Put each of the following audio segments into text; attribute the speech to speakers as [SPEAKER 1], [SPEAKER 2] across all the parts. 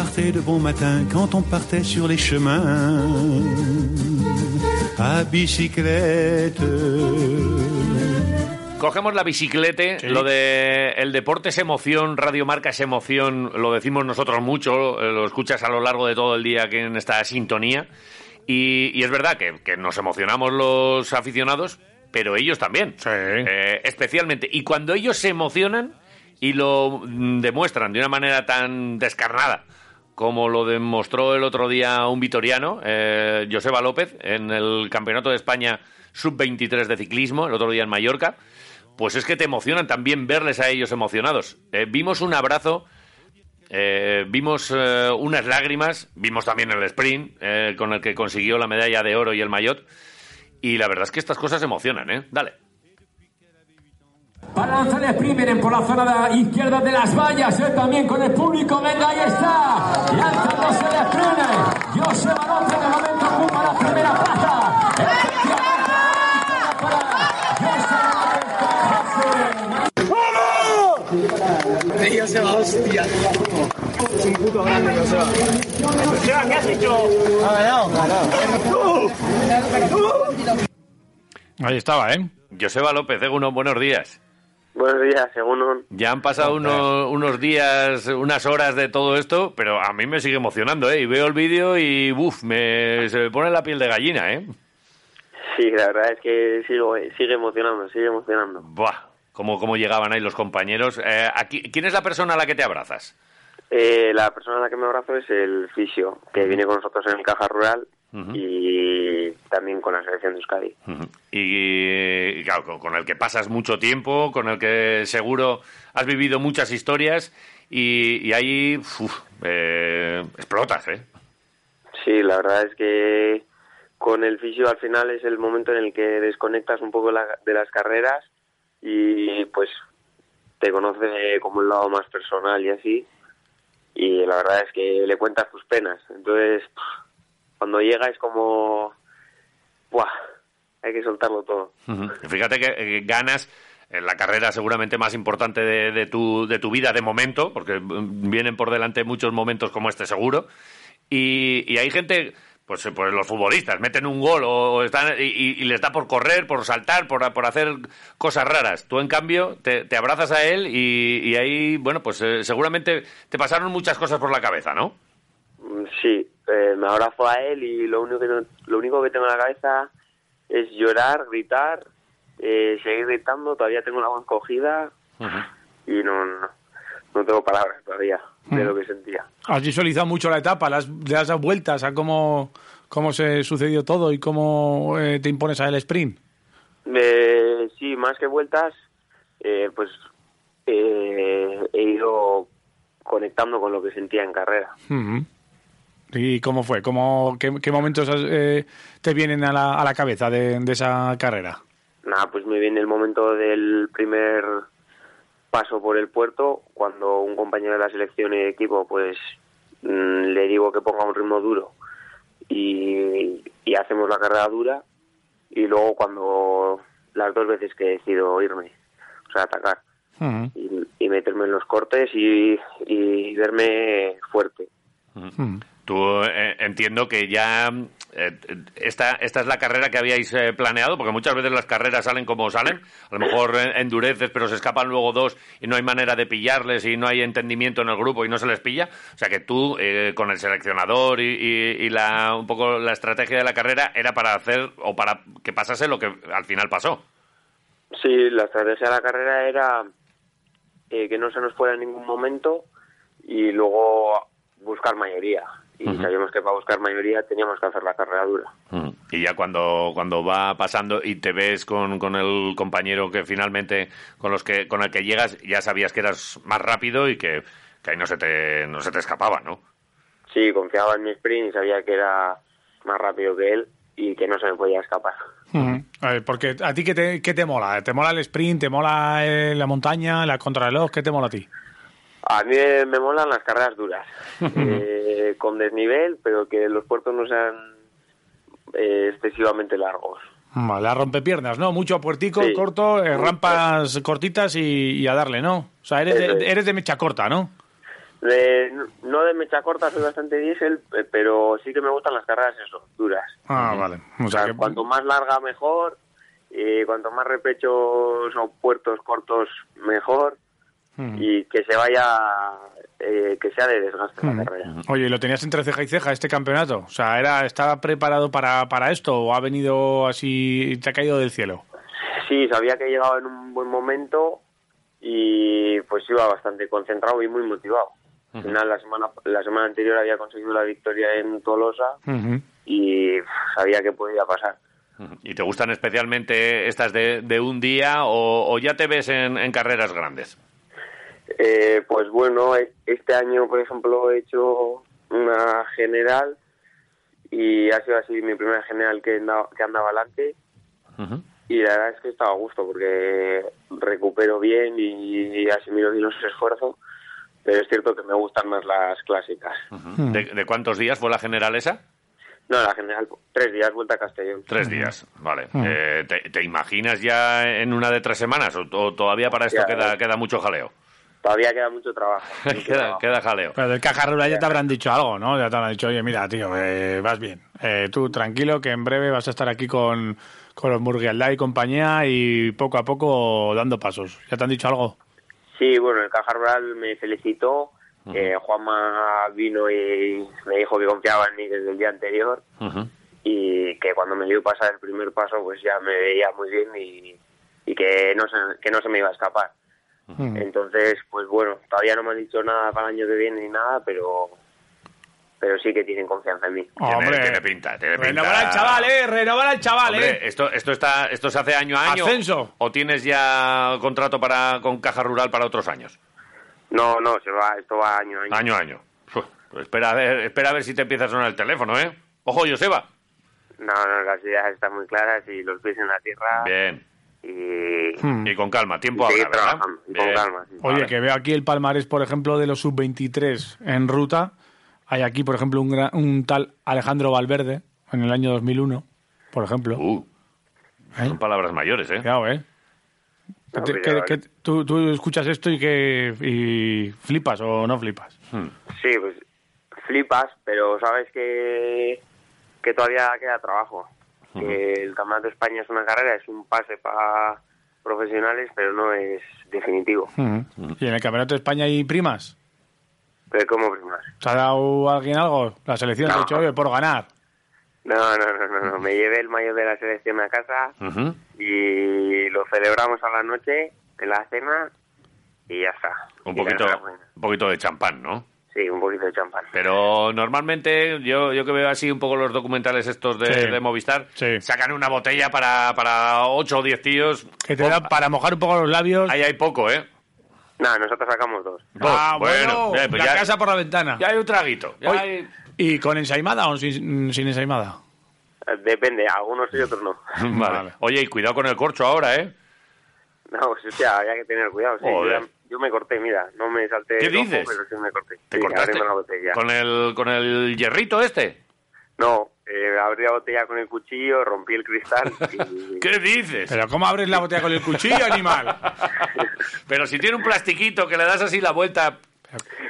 [SPEAKER 1] avait de bons matins quand on partait sur les chemins à bicyclette.
[SPEAKER 2] Cogemos la bicicleta, lo de el deporte es emoción, Radio Marca es emoción, lo decimos nosotros mucho, eh, lo escuchas a lo largo de todo el día aquí en esta sintonía. Y, y es verdad que, que nos emocionamos los aficionados, pero ellos también. Eh, especialmente. Y cuando ellos se emocionan y lo mm, demuestran de una manera tan descarnada como lo demostró el otro día un vitoriano, eh, Joseba López, en el Campeonato de España Sub-23 de ciclismo, el otro día en Mallorca, pues es que te emocionan también verles a ellos emocionados. Eh, vimos un abrazo, eh, vimos eh, unas lágrimas, vimos también el sprint eh, con el que consiguió la medalla de oro y el maillot. Y la verdad es que estas cosas emocionan, ¿eh? Dale.
[SPEAKER 3] Para lanzar el sprint, vienen por la zona de- izquierda de las vallas, eh, también con el público, venga, ahí está, lanzándose el sprint, Joseba López de momento ocupa la primera plaza, Efectivamente, para Joseba López con José.
[SPEAKER 4] Joseba, hostia. Es un puto grande, Joseba. Joseba, ¿qué has hecho? Ha ganado.
[SPEAKER 5] Ahí estaba, ¿eh?
[SPEAKER 2] Joseba López, eh, unos buenos días.
[SPEAKER 6] Buenos días, según
[SPEAKER 2] Ya han pasado unos, unos días, unas horas de todo esto, pero a mí me sigue emocionando, ¿eh? Y veo el vídeo y, uff, me, se me pone la piel de gallina, ¿eh?
[SPEAKER 6] Sí, la verdad es que sigo, sigue emocionando, sigue emocionando.
[SPEAKER 2] Buah, cómo, cómo llegaban ahí los compañeros. Eh, aquí, ¿Quién es la persona a la que te abrazas?
[SPEAKER 6] Eh, la persona a la que me abrazo es el fisio, que viene con nosotros en el Caja Rural y también con la selección de Euskadi.
[SPEAKER 2] Y, y, claro, con, con el que pasas mucho tiempo, con el que seguro has vivido muchas historias y, y ahí uf, eh, explotas, ¿eh?
[SPEAKER 6] Sí, la verdad es que con el fisio al final es el momento en el que desconectas un poco la- de las carreras y pues te conoce como el lado más personal y así. Y la verdad es que le cuentas tus penas. Entonces, cuando llega es como... ¡Buah! Hay que soltarlo todo.
[SPEAKER 2] Fíjate que eh, ganas en la carrera seguramente más importante de, de tu, de tu vida de momento, porque mm, vienen por delante muchos momentos como este seguro. Y, y hay gente, pues, eh, pues los futbolistas, meten un gol o están, y, y- y les da por correr, por saltar, por, por hacer cosas raras. Tú, en cambio, te, te abrazas a él y, y ahí, bueno, pues eh, seguramente te pasaron muchas cosas por la cabeza, ¿no?
[SPEAKER 6] Mm, Sí, eh, me abrazo a él y lo único que no- lo único que tengo en la cabeza es llorar, gritar, eh, seguir gritando. Todavía tengo la voz cogida y no, no no tengo palabras todavía de lo que sentía.
[SPEAKER 5] Has visualizado mucho la etapa, las, le has dado vueltas a cómo, cómo se sucedió todo y cómo eh, te impones a el sprint.
[SPEAKER 6] Eh, sí, más que vueltas, eh, pues eh, he ido conectando con lo que sentía en carrera.
[SPEAKER 5] Ujú. ¿Y cómo fue? ¿Cómo, qué, qué momentos has- eh, te vienen a la, a la cabeza de, de esa carrera?
[SPEAKER 6] Nada, pues me viene el momento del primer paso por el puerto, cuando un compañero de la selección y de equipo, pues mm, le digo que ponga un ritmo duro y, y hacemos la carrera dura y luego cuando las dos veces que decido irme, o sea, atacar
[SPEAKER 5] Ujú.
[SPEAKER 6] y, y meterme en los cortes y, y verme fuerte.
[SPEAKER 2] Tú eh, entiendo que ya eh, esta, esta es la carrera que habíais eh, planeado, porque muchas veces las carreras salen como salen. A lo mejor eh, endureces, pero se escapan luego dos y no hay manera de pillarles y no hay entendimiento en el grupo y no se les pilla. O sea que tú, eh, con el seleccionador y, y- y la, un poco la estrategia de la carrera, era para hacer o para que pasase lo que al final pasó.
[SPEAKER 6] Sí, la estrategia de la carrera era eh, que no se nos fuera en ningún momento y luego buscar mayoría. Y sabíamos que para buscar mayoría teníamos que hacer la carrera dura.
[SPEAKER 2] Mm. Y ya cuando, cuando va pasando y te ves con, con el compañero que finalmente con los que con el que llegas ya sabías que eras más rápido y que, que ahí no se te no se te escapaba, ¿no?
[SPEAKER 6] Sí, confiaba en mi sprint y sabía que era más rápido que él y que no se me podía escapar.
[SPEAKER 5] Ujú. A ver, porque a ti qué te, qué te mola? ¿Te mola el sprint? ¿Te mola eh, la montaña? ¿La contrarreloj? ¿Qué te mola a ti?
[SPEAKER 6] A mí me- me molan las carreras duras, eh, con desnivel, pero que los puertos no sean eh, excesivamente largos.
[SPEAKER 5] Mm, La rompepiernas, ¿no? Mucho a puertico,
[SPEAKER 6] Sí.
[SPEAKER 5] corto, eh, rampas cortitas y, y a darle, ¿no? O sea, eres de,
[SPEAKER 6] Eso es.
[SPEAKER 5] eres de mecha corta, ¿no?
[SPEAKER 6] De- no de mecha corta, soy bastante diésel, eh, pero sí que me gustan las carreras eso, duras.
[SPEAKER 5] Ah, vale. O
[SPEAKER 6] O sea,
[SPEAKER 5] sea, que-
[SPEAKER 6] cuanto más larga, mejor. Y cuanto más repechos o puertos cortos, mejor.
[SPEAKER 5] Mm.
[SPEAKER 6] Y que se vaya, eh, que sea de desgaste
[SPEAKER 5] Mm.
[SPEAKER 6] la carrera.
[SPEAKER 5] Oye, ¿y lo tenías entre ceja y ceja este campeonato? O sea, era ¿estaba preparado para, para esto o ha venido así y te ha caído del cielo?
[SPEAKER 6] Sí, sabía que llegaba en un buen momento y pues iba bastante concentrado y muy motivado. Al final, la semana, la semana anterior había conseguido la victoria en Tolosa
[SPEAKER 5] Mm.
[SPEAKER 6] y uf, sabía que podía pasar.
[SPEAKER 2] ¿Y te gustan especialmente estas de, de un día o, o ya te ves en, en carreras grandes?
[SPEAKER 6] Eh, pues bueno, e- este año, por ejemplo, he hecho una general y ha sido así mi primera general que, anda- que andaba adelante. Y la verdad es que estaba a gusto porque recupero bien y asimilo bien los esfuerzos, pero es cierto que me gustan más las clásicas.
[SPEAKER 2] ¿De, de cuántos días fue la general esa?
[SPEAKER 6] No, la general, tres días vuelta a Castellón.
[SPEAKER 2] Tres días, vale. Eh, ¿te, te imaginas ya en una de tres semanas o, o todavía para esto
[SPEAKER 6] Ya,
[SPEAKER 2] queda,
[SPEAKER 6] eh.
[SPEAKER 2] queda mucho jaleo?
[SPEAKER 6] Todavía queda mucho trabajo. mucho
[SPEAKER 2] queda,
[SPEAKER 6] trabajo.
[SPEAKER 2] queda jaleo.
[SPEAKER 5] Pero del Cajarrula ya te habrán dicho algo, ¿no? Ya te habrán dicho, oye, mira, tío, eh, vas bien. Eh, tú tranquilo, que en breve vas a estar aquí con, con los Murguialdá y compañía y poco a poco dando pasos. ¿Ya te han dicho algo?
[SPEAKER 6] Sí, bueno, el Caja Rural me felicitó. eh, Juanma vino y me dijo que confiaba en mí desde el día anterior
[SPEAKER 2] Ujú.
[SPEAKER 6] y que cuando me dio pasar el primer paso pues ya me veía muy bien y, y que, no se, que no se me iba a escapar. Entonces, pues bueno, todavía no me han dicho nada para el año que viene ni nada, pero, pero sí que tienen confianza en mí.
[SPEAKER 2] Tiene- tiene pinta, tiene pinta.
[SPEAKER 5] Renovar al chaval, eh, renovar al chaval, eh.
[SPEAKER 2] Hombre, esto, esto, está, esto se hace año a año.
[SPEAKER 5] Ascenso.
[SPEAKER 2] ¿O tienes ya contrato para, con Caja Rural para otros años?
[SPEAKER 6] No, no, se va, esto va año a año.
[SPEAKER 2] Año a año. Uf, pues espera, a ver, espera a ver si te empieza a sonar el teléfono, ¿eh? Ojo, Joseba.
[SPEAKER 6] No, no, las ideas están muy claras y los pies en la tierra
[SPEAKER 2] Bien.
[SPEAKER 6] y,
[SPEAKER 2] Y con calma, tiempo habrá,
[SPEAKER 6] y seguir
[SPEAKER 2] ¿verdad?
[SPEAKER 6] trabajando, y con
[SPEAKER 2] Bien.
[SPEAKER 6] calma. sí.
[SPEAKER 5] Hmm. Oye,
[SPEAKER 2] Vale.
[SPEAKER 5] que veo aquí el palmarés, por ejemplo, de los sub-23 en ruta. Hay aquí, por ejemplo, un, gra- un tal Alejandro Valverde en el año 2001, por ejemplo.
[SPEAKER 2] Uh,
[SPEAKER 5] ¿Eh?
[SPEAKER 2] son palabras mayores, ¿eh?
[SPEAKER 5] Cuidado, ¿eh?
[SPEAKER 2] Ah,
[SPEAKER 5] Que te-
[SPEAKER 6] pero
[SPEAKER 5] que-
[SPEAKER 6] ya
[SPEAKER 5] que tú, tú escuchas esto y que y flipas o no flipas.
[SPEAKER 6] Sí, pues flipas, pero sabes que, que todavía queda trabajo. Que el Campeonato de España es una carrera, es un pase para profesionales, pero no es definitivo.
[SPEAKER 5] Y en el Campeonato de España hay primas.
[SPEAKER 6] Pero como primar.
[SPEAKER 5] ¿Te ha dado alguien algo? La selección te ha
[SPEAKER 6] No.
[SPEAKER 5] dicho, oye, por ganar.
[SPEAKER 6] No, no, no, no, no. Me llevé el mayo de la selección a casa
[SPEAKER 2] Ujú.
[SPEAKER 6] y lo celebramos a la noche en la cena y ya está.
[SPEAKER 2] Un
[SPEAKER 6] Y la
[SPEAKER 2] poquito,
[SPEAKER 6] enhorabuena.
[SPEAKER 2] un poquito de champán, ¿no?
[SPEAKER 6] Sí, un poquito de champán.
[SPEAKER 2] Pero normalmente, yo, yo que veo así un poco los documentales estos de,
[SPEAKER 5] Sí.
[SPEAKER 2] de Movistar,
[SPEAKER 5] Sí.
[SPEAKER 2] sacan una botella para, para 8 o 10 tíos.
[SPEAKER 5] Que te da para mojar un poco los labios.
[SPEAKER 2] Ahí hay poco, ¿eh?
[SPEAKER 6] Nada, nosotros sacamos dos.
[SPEAKER 2] Dos.
[SPEAKER 5] Ah, bueno,
[SPEAKER 2] eh, pues
[SPEAKER 5] la
[SPEAKER 2] ya,
[SPEAKER 5] casa por la ventana.
[SPEAKER 2] ya hay un traguito. ya
[SPEAKER 5] Oye,
[SPEAKER 2] hay-
[SPEAKER 5] ¿Y con ensaimada o sin, sin ensaimada?
[SPEAKER 6] Eh, Depende, algunos y otros no.
[SPEAKER 2] Vale.
[SPEAKER 5] Vale.
[SPEAKER 2] Oye, y cuidado con el corcho ahora, ¿eh?
[SPEAKER 6] No, pues hostia, había que tener cuidado. Sí, yo,
[SPEAKER 2] Joder.
[SPEAKER 6] ya- yo me corté, mira, no me salté.
[SPEAKER 2] ¿Qué
[SPEAKER 6] el ojo,
[SPEAKER 2] dices?
[SPEAKER 6] pero sí me corté.
[SPEAKER 2] ¿Te
[SPEAKER 6] Sí,
[SPEAKER 2] cortaste?
[SPEAKER 6] abrí la botella.
[SPEAKER 2] ¿Con el, ¿Con el hierrito este?
[SPEAKER 6] No, eh, abrí la botella con el cuchillo, rompí el cristal. Y...
[SPEAKER 2] ¿Qué dices? Pero,
[SPEAKER 5] Pero ¿cómo abres la botella con el cuchillo, animal?
[SPEAKER 2] si tiene un plastiquito que le das así la vuelta...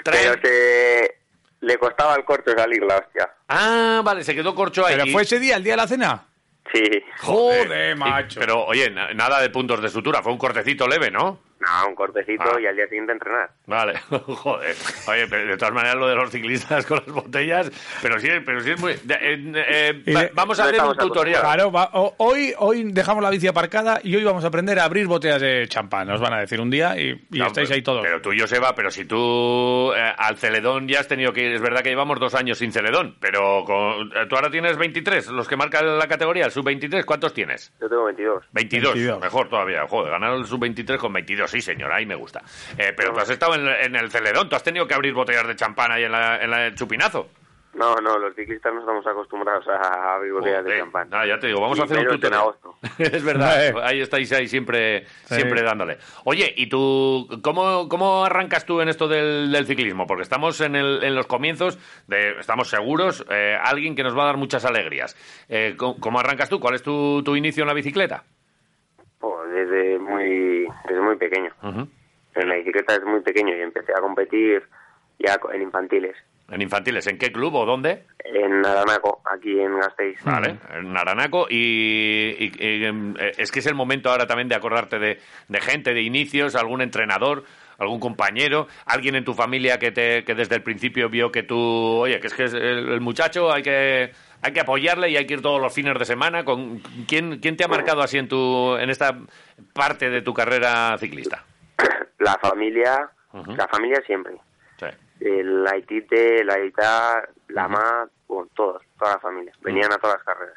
[SPEAKER 2] trae-
[SPEAKER 6] Pero se... le costaba al corcho salir la hostia.
[SPEAKER 2] Ah, vale, se quedó corcho ahí.
[SPEAKER 5] ¿Pero fue ese día, el día de la cena?
[SPEAKER 6] Sí.
[SPEAKER 5] Joder,
[SPEAKER 2] Y-
[SPEAKER 5] macho.
[SPEAKER 2] Pero, oye, na- nada de puntos de sutura, fue un cortecito leve, ¿no?
[SPEAKER 6] No, un cortecito
[SPEAKER 2] Ah.
[SPEAKER 6] y al día siguiente entrenar.
[SPEAKER 2] Vale, joder. Oye, pero de todas maneras lo de los ciclistas con las botellas, pero sí, pero sí es muy... de- eh, eh,
[SPEAKER 5] Y
[SPEAKER 2] va-
[SPEAKER 5] de-
[SPEAKER 2] vamos a
[SPEAKER 6] No
[SPEAKER 2] hacer un
[SPEAKER 6] estamos
[SPEAKER 2] tutorial.
[SPEAKER 5] Claro, va- o- hoy, hoy dejamos la bici aparcada y hoy vamos a aprender a abrir botellas de champán. Nos van a decir un día y, y
[SPEAKER 2] No,
[SPEAKER 5] estáis
[SPEAKER 2] pero-
[SPEAKER 5] ahí todos.
[SPEAKER 2] Pero tú, Joseba, pero si tú eh, al Celedón ya has tenido que ir, es verdad que llevamos dos años sin Celedón, pero con- eh, tú ahora tienes 23, los que marcan la categoría, el sub-23, ¿cuántos tienes?
[SPEAKER 6] Yo tengo 22.
[SPEAKER 2] 22,
[SPEAKER 5] 22.
[SPEAKER 2] mejor todavía. Joder, ganar el sub-23 con 22, sí, señor, ahí me gusta. Eh,
[SPEAKER 5] Ah.
[SPEAKER 2] pero tú has estado en, en el Celedón, tú has tenido que abrir botellas de champán ahí en, la- en la- el chupinazo.
[SPEAKER 6] No, no, los ciclistas no estamos acostumbrados a abrir botellas
[SPEAKER 2] Joder,
[SPEAKER 6] de champán.
[SPEAKER 2] nada, ya te digo, vamos a
[SPEAKER 6] Y
[SPEAKER 2] hacer un
[SPEAKER 6] menos en
[SPEAKER 2] tutorial.
[SPEAKER 6] agosto.
[SPEAKER 2] es verdad,
[SPEAKER 5] Eh.
[SPEAKER 2] ahí estáis ahí siempre,
[SPEAKER 5] Sí.
[SPEAKER 2] siempre dándole. Oye, ¿y tú cómo, cómo arrancas tú en esto del, del ciclismo? Porque estamos en, el- en los comienzos, de, estamos seguros, eh, alguien que nos va a dar muchas alegrías. Eh, ¿cómo, cómo arrancas tú? ¿Cuál es tu, tu inicio en la bicicleta?
[SPEAKER 6] Pues desde muy, desde muy pequeño. En la bicicleta desde muy pequeño y empecé a competir ya co- en infantiles.
[SPEAKER 2] En infantiles, ¿en qué club o dónde?
[SPEAKER 6] En Aranaco, aquí en Gasteiz.
[SPEAKER 2] Vale, ¿Eh? en Aranaco. Y, y- y, em, eh, es que es el momento ahora también de acordarte de, de gente, de inicios, algún entrenador, algún compañero, alguien en tu familia que, te, que desde el principio vio que tú, oye, que es que es el, el muchacho hay que, hay que apoyarle y hay que ir todos los fines de semana. Con, ¿quién, ¿Quién te ha marcado así en, tu, en esta parte de tu carrera ciclista?
[SPEAKER 6] La familia,
[SPEAKER 2] Ujú.
[SPEAKER 6] la familia siempre.
[SPEAKER 2] Sí.
[SPEAKER 6] El Aitite, la Aita, la Ma, bueno, todos, toda la familia. Venían a todas las carreras.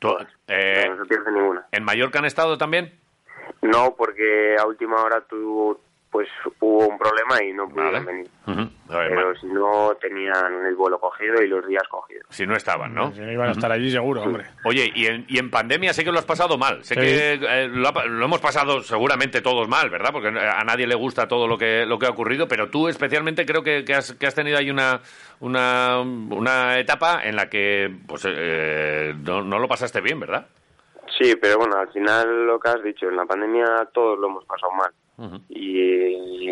[SPEAKER 2] Tú- eh,
[SPEAKER 6] No se pierde ninguna.
[SPEAKER 2] ¿En Mallorca han estado también?
[SPEAKER 6] No, porque a última hora tuvo, pues hubo un problema y no
[SPEAKER 2] Vale.
[SPEAKER 6] pudieron venir.
[SPEAKER 2] Ujú. A ver,
[SPEAKER 6] Pero
[SPEAKER 2] ma-
[SPEAKER 6] si no, tenían el vuelo cogido y los días cogidos.
[SPEAKER 2] si no estaban, ¿no?
[SPEAKER 5] Si no Pues, eh, iban a estar allí seguro, hombre.
[SPEAKER 2] Oye, y en, y en pandemia sé que lo has pasado mal. Sé
[SPEAKER 5] Sí.
[SPEAKER 2] que eh, lo, ha pa- lo hemos pasado seguramente todos mal, ¿verdad? Porque a nadie le gusta todo lo que, lo que ha ocurrido, pero tú especialmente creo que, que has, que has tenido ahí una, una, una etapa en la que pues, eh, no, no lo pasaste bien, ¿verdad?
[SPEAKER 6] Sí, pero bueno, al final lo que has dicho, en la pandemia todos lo hemos pasado mal. y,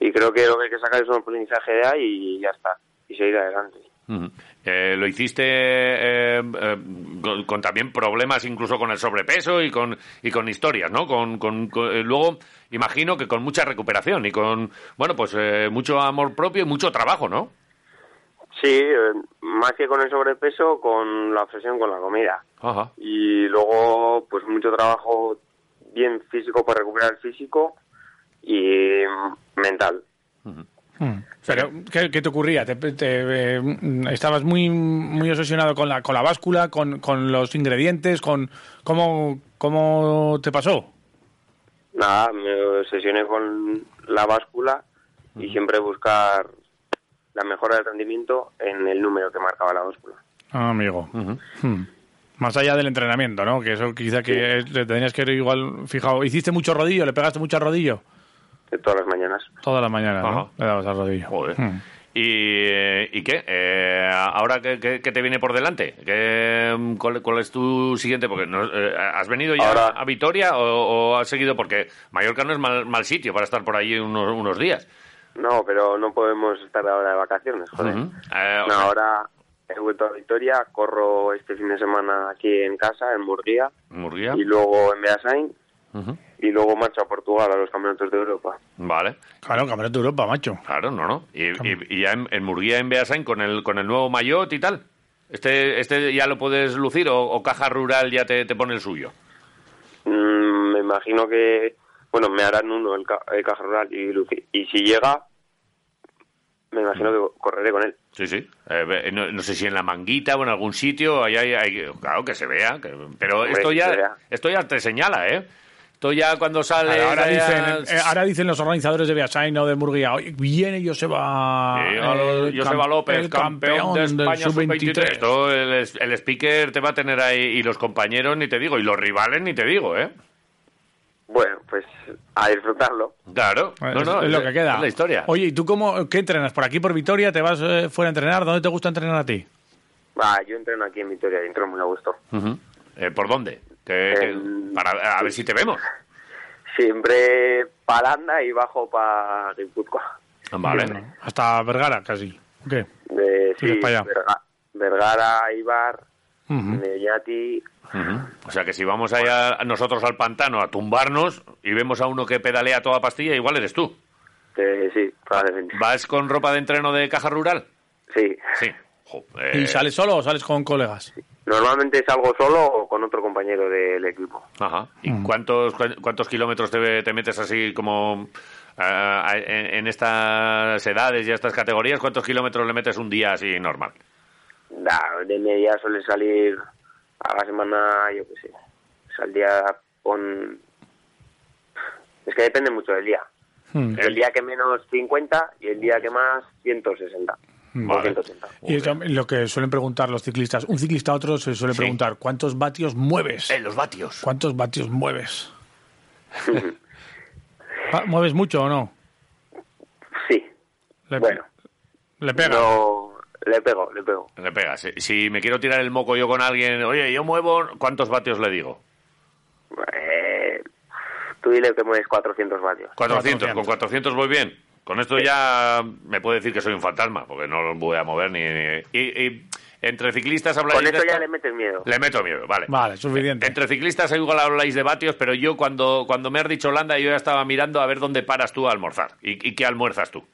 [SPEAKER 6] y creo que lo que hay que sacar es un aprendizaje de ahí y ya está. Y seguir adelante.
[SPEAKER 2] Ujú. Eh, lo hiciste eh, eh, con, con también problemas incluso con el sobrepeso y con y con historias, ¿no? Con, con- con- eh, luego imagino que con mucha recuperación y con bueno pues eh, mucho amor propio y mucho trabajo, ¿no?
[SPEAKER 6] Sí, eh, más que con el sobrepeso, con la obsesión con la comida.
[SPEAKER 2] Ajá.
[SPEAKER 6] y luego pues mucho trabajo bien físico para recuperar el físico y mm, mental.
[SPEAKER 5] Pero, ¿qué, qué te ocurría? ¿Te, te, eh, mm, ¿Estabas muy, muy obsesionado con la, con la báscula, con, con los ingredientes? con ¿Cómo, cómo te pasó?
[SPEAKER 6] Nada, me obsesioné con la báscula y siempre buscar la mejora del rendimiento en el número que marcaba la báscula.
[SPEAKER 5] Ah, amigo. Hmm. Más allá del entrenamiento, ¿no? Que eso quizá que es- te tenías que ir igual fijado. ¿Hiciste mucho rodillo? ¿Le pegaste mucho al rodillo?
[SPEAKER 6] De todas las mañanas.
[SPEAKER 5] Toda la mañana,
[SPEAKER 2] Ajá.
[SPEAKER 5] ¿no? Le dabas al rodillo.
[SPEAKER 2] Joder.
[SPEAKER 5] Hmm.
[SPEAKER 2] ¿Y, eh, ¿y qué? Eh, ¿Ahora qué, qué- qué te viene por delante? ¿Qué, mm, cuál, cuál es tu siguiente? Porque no- eh, ¿Has venido ya
[SPEAKER 6] Ahora-
[SPEAKER 2] a Vitoria o, o has seguido? Porque Mallorca no es mal, mal sitio para estar por allí unos, unos días.
[SPEAKER 6] No, pero no podemos estar ahora de vacaciones, joder.
[SPEAKER 2] Ujú. Eh, o
[SPEAKER 6] No,
[SPEAKER 2] sea-
[SPEAKER 6] ahora he vuelto a Victoria, corro este fin de semana aquí en casa, en Murguía,
[SPEAKER 2] Murguía.
[SPEAKER 6] y luego en Beasain,
[SPEAKER 2] Ujú.
[SPEAKER 6] y luego marcho a Portugal a los campeonatos de Europa.
[SPEAKER 2] Vale.
[SPEAKER 5] Claro, campeonato de Europa, macho.
[SPEAKER 2] Claro, no, no. Y, y- y ya en, en Murguía, en Beasain, con el, con el nuevo maillot y tal. ¿Este, este ya lo puedes lucir o, o Caja Rural ya te, te pone el suyo?
[SPEAKER 6] Mm, me imagino que, bueno, me harán uno el, ca- el caja rural y Luqui. Y si llega, me imagino que correré con él.
[SPEAKER 2] Sí, sí. Eh, ve- no, no sé si en la manguita o en algún sitio. ahí hay- hay- claro, que se vea. que- pero
[SPEAKER 6] Hombre,
[SPEAKER 2] esto,
[SPEAKER 6] que se
[SPEAKER 2] ya,
[SPEAKER 6] vea.
[SPEAKER 2] esto ya te señala, ¿eh? Esto ya cuando sale...
[SPEAKER 5] Ahora, ahora
[SPEAKER 2] ya-
[SPEAKER 5] dicen, eh, ahora dicen los organizadores de Beasain o de Murguía, "Oye, viene Joseba,
[SPEAKER 2] Sí, a los-
[SPEAKER 5] eh,
[SPEAKER 2] Joseba
[SPEAKER 5] cam-
[SPEAKER 2] López,
[SPEAKER 5] el
[SPEAKER 2] campeón de
[SPEAKER 5] del
[SPEAKER 2] España
[SPEAKER 5] sub-23".
[SPEAKER 2] sub-23. Todo El, es- el speaker te va a tener ahí, y los compañeros ni te digo, y los rivales ni te digo, ¿eh?
[SPEAKER 6] Bueno, pues a disfrutarlo.
[SPEAKER 2] Claro.
[SPEAKER 5] Eh,
[SPEAKER 2] No,
[SPEAKER 5] es,
[SPEAKER 2] no,
[SPEAKER 5] es lo que queda.
[SPEAKER 2] Es la historia.
[SPEAKER 5] Oye, ¿y tú cómo, qué entrenas? ¿Por aquí, por Vitoria? ¿Te vas eh, fuera a entrenar? ¿Dónde te gusta entrenar a ti?
[SPEAKER 6] Va, yo entreno aquí en Vitoria y entro muy a gusto.
[SPEAKER 2] Ujú. Eh, ¿Por dónde? Que- que-
[SPEAKER 6] En-
[SPEAKER 2] para, a ver si te vemos.
[SPEAKER 6] Siempre palanda y bajo para Guipúzcoa.
[SPEAKER 2] Vale.
[SPEAKER 5] Bueno, Hasta Vergara, casi. ¿O ¿Qué?
[SPEAKER 6] De,
[SPEAKER 5] Tires
[SPEAKER 6] sí,
[SPEAKER 5] pa' allá.
[SPEAKER 6] Verga- Vergara, Ibar,
[SPEAKER 5] Ujú.
[SPEAKER 6] Mediati.
[SPEAKER 2] O sea que si vamos allá nosotros al pantano a tumbarnos y vemos a uno que pedalea toda pastilla, igual eres tú.
[SPEAKER 6] eh, sí, probablemente.
[SPEAKER 2] ¿Vas con ropa de entreno de caja rural?
[SPEAKER 6] Sí.
[SPEAKER 2] Sí. Jo, eh,
[SPEAKER 5] ¿Y sales solo o sales con colegas?
[SPEAKER 6] Normalmente salgo solo o con otro compañero del equipo.
[SPEAKER 2] Ajá. ¿Y cuántos, cua- cuántos kilómetros te, te metes así como ah, en, en estas edades y estas categorías? ¿Cuántos kilómetros le metes un día así normal?
[SPEAKER 6] Nah, de media suele salir a la semana, yo qué sé, saldría con... Es que depende mucho del día.
[SPEAKER 5] Hmm.
[SPEAKER 6] El día que menos 50 y el día que más 160.
[SPEAKER 2] Vale.
[SPEAKER 6] O 180.
[SPEAKER 5] Y eso, lo que suelen preguntar los ciclistas, un ciclista a otro se suele
[SPEAKER 2] Sí. Eh.
[SPEAKER 5] preguntar, ¿cuántos vatios mueves?
[SPEAKER 2] En los vatios.
[SPEAKER 5] ¿Cuántos vatios mueves? Pa- ¿Mueves mucho o no?
[SPEAKER 6] Sí,
[SPEAKER 5] Le,
[SPEAKER 6] bueno.
[SPEAKER 5] le pega.
[SPEAKER 6] No, le pego, le pego.
[SPEAKER 2] Le pegas. Si- Si me quiero tirar el moco yo con alguien, oye, yo muevo, ¿cuántos vatios le digo?
[SPEAKER 6] Eh, tú dile que mueves 400 vatios.
[SPEAKER 2] 400. ¿Con 400 voy bien? Con esto ya me puede decir que soy un fantasma, porque no lo voy a mover ni... ni- y, y entre ciclistas habláis
[SPEAKER 6] Con
[SPEAKER 2] de
[SPEAKER 6] esto ya
[SPEAKER 2] esta-
[SPEAKER 6] le metes miedo.
[SPEAKER 2] le meto miedo, vale.
[SPEAKER 5] Vale, suficiente.
[SPEAKER 2] Entre ciclistas igual habláis de vatios, pero yo cuando, cuando me has dicho Holanda yo ya estaba mirando a ver dónde paras tú a almorzar. ¿Y, y qué almuerzas tú?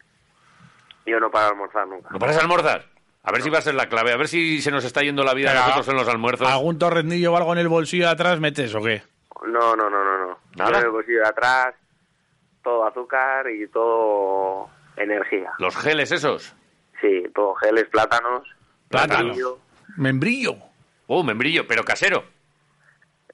[SPEAKER 6] Yo no para almorzar nunca.
[SPEAKER 2] ¿No paras a almorzar? A ver si va a ser la clave, a ver si se nos está yendo la vida a
[SPEAKER 5] Pero-
[SPEAKER 2] nosotros en los almuerzos.
[SPEAKER 5] ¿Algún torrendillo o algo en el bolsillo de atrás metes o qué?
[SPEAKER 6] No, no, no, no. no.
[SPEAKER 2] ¿Nada?
[SPEAKER 6] Yo en el bolsillo de atrás, todo azúcar y todo energía.
[SPEAKER 2] ¿Los geles esos?
[SPEAKER 6] Sí, todo geles, plátanos,
[SPEAKER 5] Plátano.
[SPEAKER 6] membrillo.
[SPEAKER 5] Membrillo.
[SPEAKER 2] Uh, membrillo, pero casero.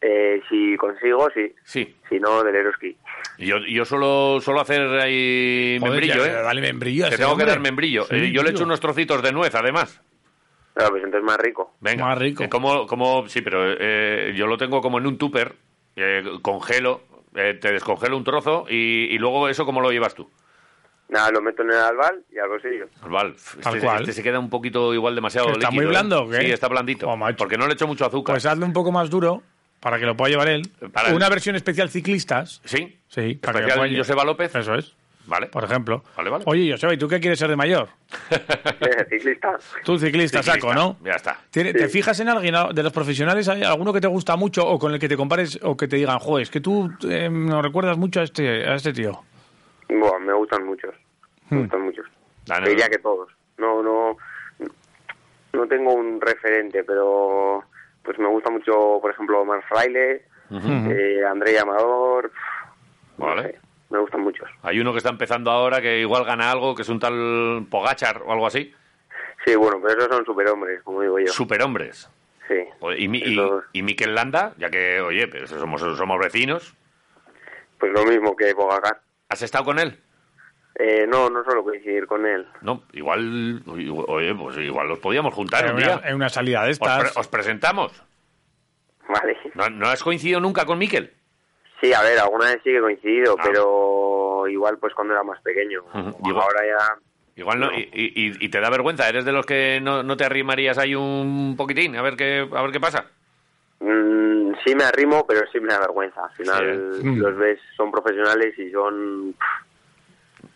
[SPEAKER 6] Eh, si consigo, sí.
[SPEAKER 2] Sí.
[SPEAKER 6] Si no, del Eroski.
[SPEAKER 2] Y Yo, yo suelo, suelo hacer ahí
[SPEAKER 5] Joder,
[SPEAKER 2] membrillo,
[SPEAKER 5] ya,
[SPEAKER 2] ¿eh?
[SPEAKER 5] Dale membrillo. a
[SPEAKER 2] Te
[SPEAKER 5] ese
[SPEAKER 2] tengo que
[SPEAKER 5] hombre.
[SPEAKER 2] dar membrillo.
[SPEAKER 5] Sí,
[SPEAKER 2] Eh, yo le
[SPEAKER 5] tío.
[SPEAKER 2] echo unos trocitos de nuez, además.
[SPEAKER 6] Claro, pues entonces más rico.
[SPEAKER 2] Venga.
[SPEAKER 5] Más rico.
[SPEAKER 2] Eh, como, como, sí, pero eh, yo lo tengo como en un tupper, eh, congelo, eh, te descongelo un trozo y, y luego eso cómo lo llevas tú.
[SPEAKER 6] Nada, lo meto en el albal y al bolsillo.
[SPEAKER 2] Albal, este,
[SPEAKER 5] Tal cual.
[SPEAKER 2] este se queda un poquito igual demasiado
[SPEAKER 5] ¿Está
[SPEAKER 2] líquido,
[SPEAKER 5] muy blando
[SPEAKER 2] ¿eh?
[SPEAKER 5] o qué?
[SPEAKER 2] Sí, está blandito.
[SPEAKER 5] Jo, macho.
[SPEAKER 2] porque no le echo mucho azúcar.
[SPEAKER 5] Pues hazlo un poco más duro para que lo pueda llevar él.
[SPEAKER 2] Para-
[SPEAKER 5] Una versión especial ciclistas.
[SPEAKER 2] ¿Sí?
[SPEAKER 5] Sí, para que
[SPEAKER 2] Especial
[SPEAKER 5] apoye.
[SPEAKER 2] Joseba López.
[SPEAKER 5] Eso es,
[SPEAKER 2] Vale.
[SPEAKER 5] por ejemplo.
[SPEAKER 2] Vale, vale.
[SPEAKER 5] Oye, Joseba, ¿y tú qué quieres ser de mayor?
[SPEAKER 6] Ciclista.
[SPEAKER 5] Tú ciclista, saco, ¿no?
[SPEAKER 2] Ya está.
[SPEAKER 5] ¿Tiene- ¿Te fijas en alguien de los profesionales, hay alguno que te gusta mucho o con el que te compares o que te digan, joder, es que tú eh, nos recuerdas mucho a este, a este tío?
[SPEAKER 6] Bueno, me gustan muchos.
[SPEAKER 2] Hmm.
[SPEAKER 6] Me gustan muchos.
[SPEAKER 2] Dale,
[SPEAKER 6] Diría
[SPEAKER 2] dale.
[SPEAKER 6] que todos. No, no. No tengo un referente, pero. Pues me gusta mucho, por ejemplo, Omar Fraile, eh, André Amador. pf, no
[SPEAKER 2] Vale.
[SPEAKER 6] sé, me gustan muchos.
[SPEAKER 2] Hay uno que está empezando ahora que igual gana algo, que es un tal Pogachar o algo así.
[SPEAKER 6] Sí, bueno, pero esos son superhombres, como digo yo.
[SPEAKER 2] Superhombres.
[SPEAKER 6] sí.
[SPEAKER 2] Joder, Y, mi- y,
[SPEAKER 6] Esos-
[SPEAKER 2] y Mikel Landa, ya que, oye, pero somos, somos vecinos.
[SPEAKER 6] Pues lo mismo que Pogacar.
[SPEAKER 2] ¿Has estado con él?
[SPEAKER 6] Eh, no, no suelo coincidir con él.
[SPEAKER 2] No, igual, oye, pues igual los podíamos juntar
[SPEAKER 5] en,
[SPEAKER 2] un
[SPEAKER 5] una,
[SPEAKER 2] día.
[SPEAKER 5] en una salida
[SPEAKER 2] Os,
[SPEAKER 5] de estas.
[SPEAKER 2] pre- os presentamos.
[SPEAKER 6] Vale.
[SPEAKER 2] ¿No, no has coincidido nunca con Miquel?
[SPEAKER 6] Sí, a ver, alguna vez sí que he coincidido,
[SPEAKER 2] Ah.
[SPEAKER 6] pero igual pues cuando era más pequeño.
[SPEAKER 2] Ujú,
[SPEAKER 6] Como
[SPEAKER 2] digo-
[SPEAKER 6] Ahora ya...
[SPEAKER 2] Igual no,
[SPEAKER 6] No.
[SPEAKER 2] Y, y- y te da vergüenza. ¿Eres de los que no, no te arrimarías ahí un poquitín? A ver qué, a ver qué pasa.
[SPEAKER 6] Mm, sí me arrimo, pero sí me da vergüenza. Al final
[SPEAKER 5] Sí, ¿eh? Mm.
[SPEAKER 6] los ves, son profesionales y son,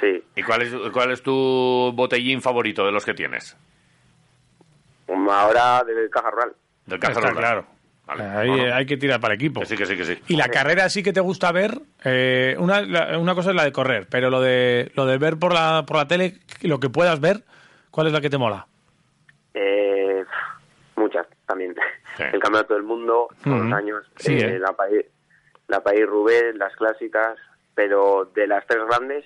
[SPEAKER 6] Sí.
[SPEAKER 2] ¿y cuál es, cuál es tu botellín favorito de los que tienes?
[SPEAKER 6] Ahora de caja rural.
[SPEAKER 2] Del Caja
[SPEAKER 5] Está
[SPEAKER 2] Rural.
[SPEAKER 5] claro.
[SPEAKER 2] Vale,
[SPEAKER 5] Ahí
[SPEAKER 2] no, no.
[SPEAKER 5] eh, hay que tirar para el equipo.
[SPEAKER 2] Que sí, que sí, que sí.
[SPEAKER 5] Y la carrera sí que te gusta ver. eh, una, la- una cosa es la de correr, pero lo de, lo de ver por la, por la tele, lo que puedas ver, ¿cuál es la que te mola?
[SPEAKER 6] Eh, muchas también.
[SPEAKER 2] Sí.
[SPEAKER 6] El Campeonato del Mundo, con
[SPEAKER 5] Ujú.
[SPEAKER 6] los años,
[SPEAKER 5] Sí,
[SPEAKER 6] eh,
[SPEAKER 5] ¿eh?
[SPEAKER 6] la país la país Rubén, las clásicas, pero de las tres grandes,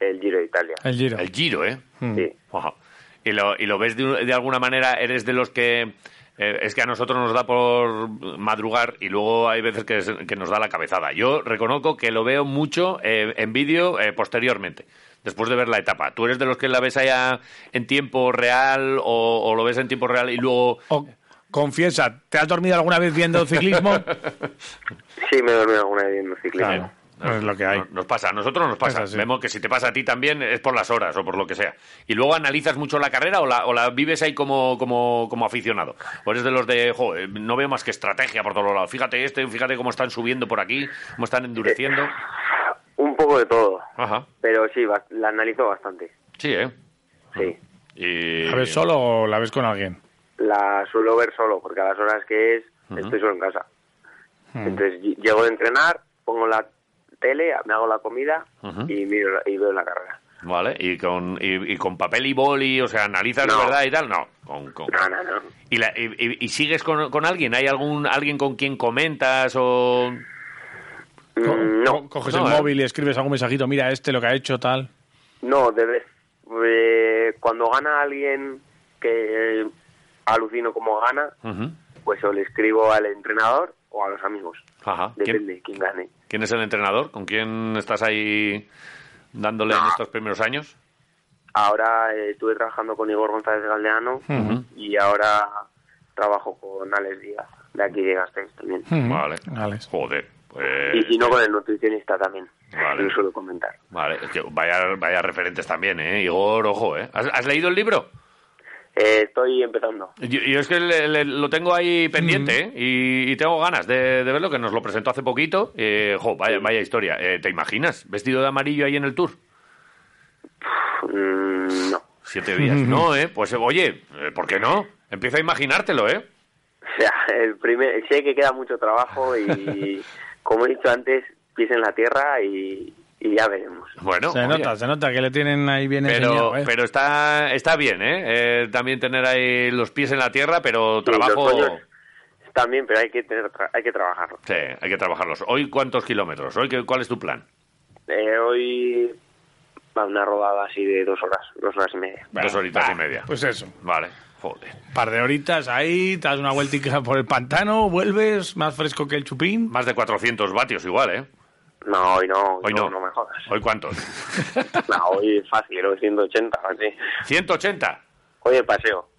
[SPEAKER 6] el Giro de Italia.
[SPEAKER 5] El giro.
[SPEAKER 2] El Giro, ¿eh?
[SPEAKER 5] mm.
[SPEAKER 6] Sí.
[SPEAKER 2] Ojo. ¿Y lo, y lo ves de, un- de alguna manera? ¿Eres de los que.? eh, es que a nosotros nos da por madrugar y luego hay veces que, se- que nos da la cabezada. Yo reconozco que lo veo mucho eh, en vídeo eh, posteriormente, después de ver la etapa. ¿Tú eres de los que la ves allá en tiempo real o, o lo ves en tiempo real y luego.
[SPEAKER 5] O- confiesa, ¿te has dormido alguna vez viendo ciclismo?
[SPEAKER 6] Sí, me he dormido alguna vez viendo ciclismo.
[SPEAKER 5] Claro. es lo que hay.
[SPEAKER 2] Nos, nos pasa, a nosotros nos pasa.
[SPEAKER 5] Es así.
[SPEAKER 2] Vemos que si te pasa a ti también es por las horas o por lo que sea. Y luego analizas mucho la carrera o la, o la vives ahí como, como, como aficionado. O eres de los de, jo, eh, no veo más que estrategia por todos lados. Fíjate este, fíjate cómo están subiendo por aquí, cómo están endureciendo.
[SPEAKER 6] Un poco de todo,
[SPEAKER 5] Ah.
[SPEAKER 2] Ajá,
[SPEAKER 6] pero sí, ba- la analizo bastante.
[SPEAKER 2] sí, ¿eh?
[SPEAKER 6] Sí.
[SPEAKER 2] Y...
[SPEAKER 5] ¿La ves solo o la ves con alguien?
[SPEAKER 6] La suelo ver solo, porque a las horas que es, estoy solo en casa.
[SPEAKER 5] Mm.
[SPEAKER 6] Entonces ll- llego de entrenar, pongo la tele, me hago la comida y, miro, la- y veo la carrera.
[SPEAKER 2] Vale, y con, y, y con papel y boli, o sea, analizas
[SPEAKER 6] No.
[SPEAKER 2] la verdad y tal. No, con... con-
[SPEAKER 6] No, no, no.
[SPEAKER 2] ¿Y, la- y- y- y sigues con, con alguien? ¿Hay algún alguien con quien comentas o...?
[SPEAKER 5] Co-
[SPEAKER 6] Mm, no.
[SPEAKER 5] co- coges
[SPEAKER 2] No,
[SPEAKER 5] el
[SPEAKER 2] eh.
[SPEAKER 5] móvil y escribes algún mensajito, mira este lo que ha hecho, tal.
[SPEAKER 6] No, de vez- eh, cuando gana alguien que eh, alucino como gana,
[SPEAKER 2] Ujú.
[SPEAKER 6] pues o le escribo al entrenador o a los amigos.
[SPEAKER 2] Ajá. ¿Quién-
[SPEAKER 6] Depende quién gane.
[SPEAKER 2] ¿Quién es el entrenador? ¿Con quién estás ahí dándole en estos primeros años?
[SPEAKER 6] Ahora eh, estuve trabajando con Igor González Galdeano y ahora trabajo con Alex Díaz, de aquí de Gasteiz también.
[SPEAKER 2] Vale.
[SPEAKER 5] Alex.
[SPEAKER 2] Joder. pues-
[SPEAKER 6] Y si no, con el nutricionista también.
[SPEAKER 2] Vale.
[SPEAKER 6] Lo suelo comentar.
[SPEAKER 2] Vale, es que vaya, vaya referentes también, ¿eh? Igor, ojo, ¿eh? ¿Has, has leído el libro?
[SPEAKER 6] Eh, estoy empezando.
[SPEAKER 2] Yo, yo es que le- le- lo tengo ahí pendiente, ¿eh? Y, y tengo ganas de, de verlo, que nos lo presentó hace poquito. Eh, jo, vaya, vaya historia. Eh, ¿Te imaginas? Vestido de amarillo ahí en el tour.
[SPEAKER 6] Mm, no.
[SPEAKER 2] Siete días. No, ¿eh? Pues, eh, oye, eh, ¿por qué no? Empieza a imaginártelo, ¿eh?
[SPEAKER 6] O sea, el primer, sé que queda mucho trabajo y, como he dicho antes, pies en la tierra y, y ya veremos.
[SPEAKER 2] Bueno,
[SPEAKER 5] se
[SPEAKER 2] oye,
[SPEAKER 5] nota, se nota que le tienen ahí bien
[SPEAKER 2] pero,
[SPEAKER 5] enseñado, ¿eh?
[SPEAKER 2] pero está, está bien, ¿eh? Eh, También tener ahí los pies en la tierra, pero
[SPEAKER 6] Sí, los
[SPEAKER 2] trabajo...
[SPEAKER 6] sueños También, pero hay que, tener, tra- hay que trabajarlo.
[SPEAKER 2] Sí, hay que trabajarlos. ¿Hoy cuántos kilómetros? ¿Hoy qué- cuál es tu plan?
[SPEAKER 6] Eh, hoy va una rodada así de dos horas, dos horas y media.
[SPEAKER 2] Dos horitas y media.
[SPEAKER 5] Pues eso.
[SPEAKER 2] Vale, joder.
[SPEAKER 5] Un par de horitas ahí, te das una vueltica por el pantano, vuelves, más fresco que el chupín.
[SPEAKER 2] Más de 400 vatios igual, ¿eh?
[SPEAKER 6] No, hoy no,
[SPEAKER 2] Hoy no.
[SPEAKER 6] no, me jodas.
[SPEAKER 2] ¿Hoy cuántos?
[SPEAKER 6] No, hoy es fácil, hoy 180, así.
[SPEAKER 2] 180.
[SPEAKER 6] Hoy el paseo.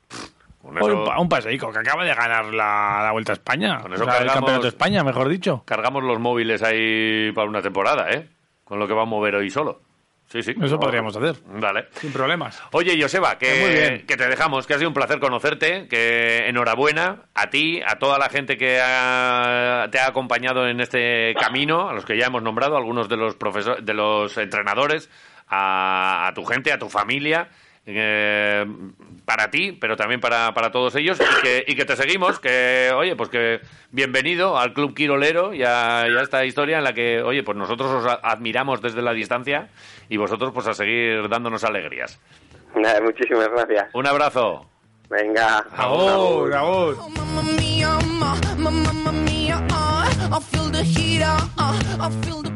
[SPEAKER 2] Con eso
[SPEAKER 5] Oye, un, pa- un paseico, que acaba de ganar la, la Vuelta a España.
[SPEAKER 2] Con eso
[SPEAKER 5] O sea, el
[SPEAKER 2] cargamos-
[SPEAKER 5] Campeonato de España, mejor dicho.
[SPEAKER 2] cargamos los móviles ahí para una temporada, ¿eh? Con lo que va a mover hoy solo. Sí, sí.
[SPEAKER 5] Eso podríamos hacer.
[SPEAKER 2] Vale.
[SPEAKER 5] Sin problemas.
[SPEAKER 2] Oye, Joseba, que,
[SPEAKER 5] Eh, muy bien.
[SPEAKER 2] que te dejamos, que ha sido un placer conocerte, que enhorabuena a ti, a toda la gente que ha- te ha acompañado en este camino, a los que ya hemos nombrado, a algunos de los profesor- de los entrenadores, a, a tu gente, a tu familia, eh, para ti, pero también para, para todos ellos, y que, y que te seguimos, que, oye, pues que bienvenido al Club Quirolero y a, y a esta historia en la que, oye, pues nosotros os a- admiramos desde la distancia y vosotros pues a seguir dándonos alegrías.
[SPEAKER 6] Nada, muchísimas gracias.
[SPEAKER 2] Un abrazo.
[SPEAKER 6] Venga.
[SPEAKER 5] Agur, agur.
[SPEAKER 7] Oh, mamma ah. mia, ma, ma, mamma mia, uh, ah, I feel the heat, uh, uh, I feel the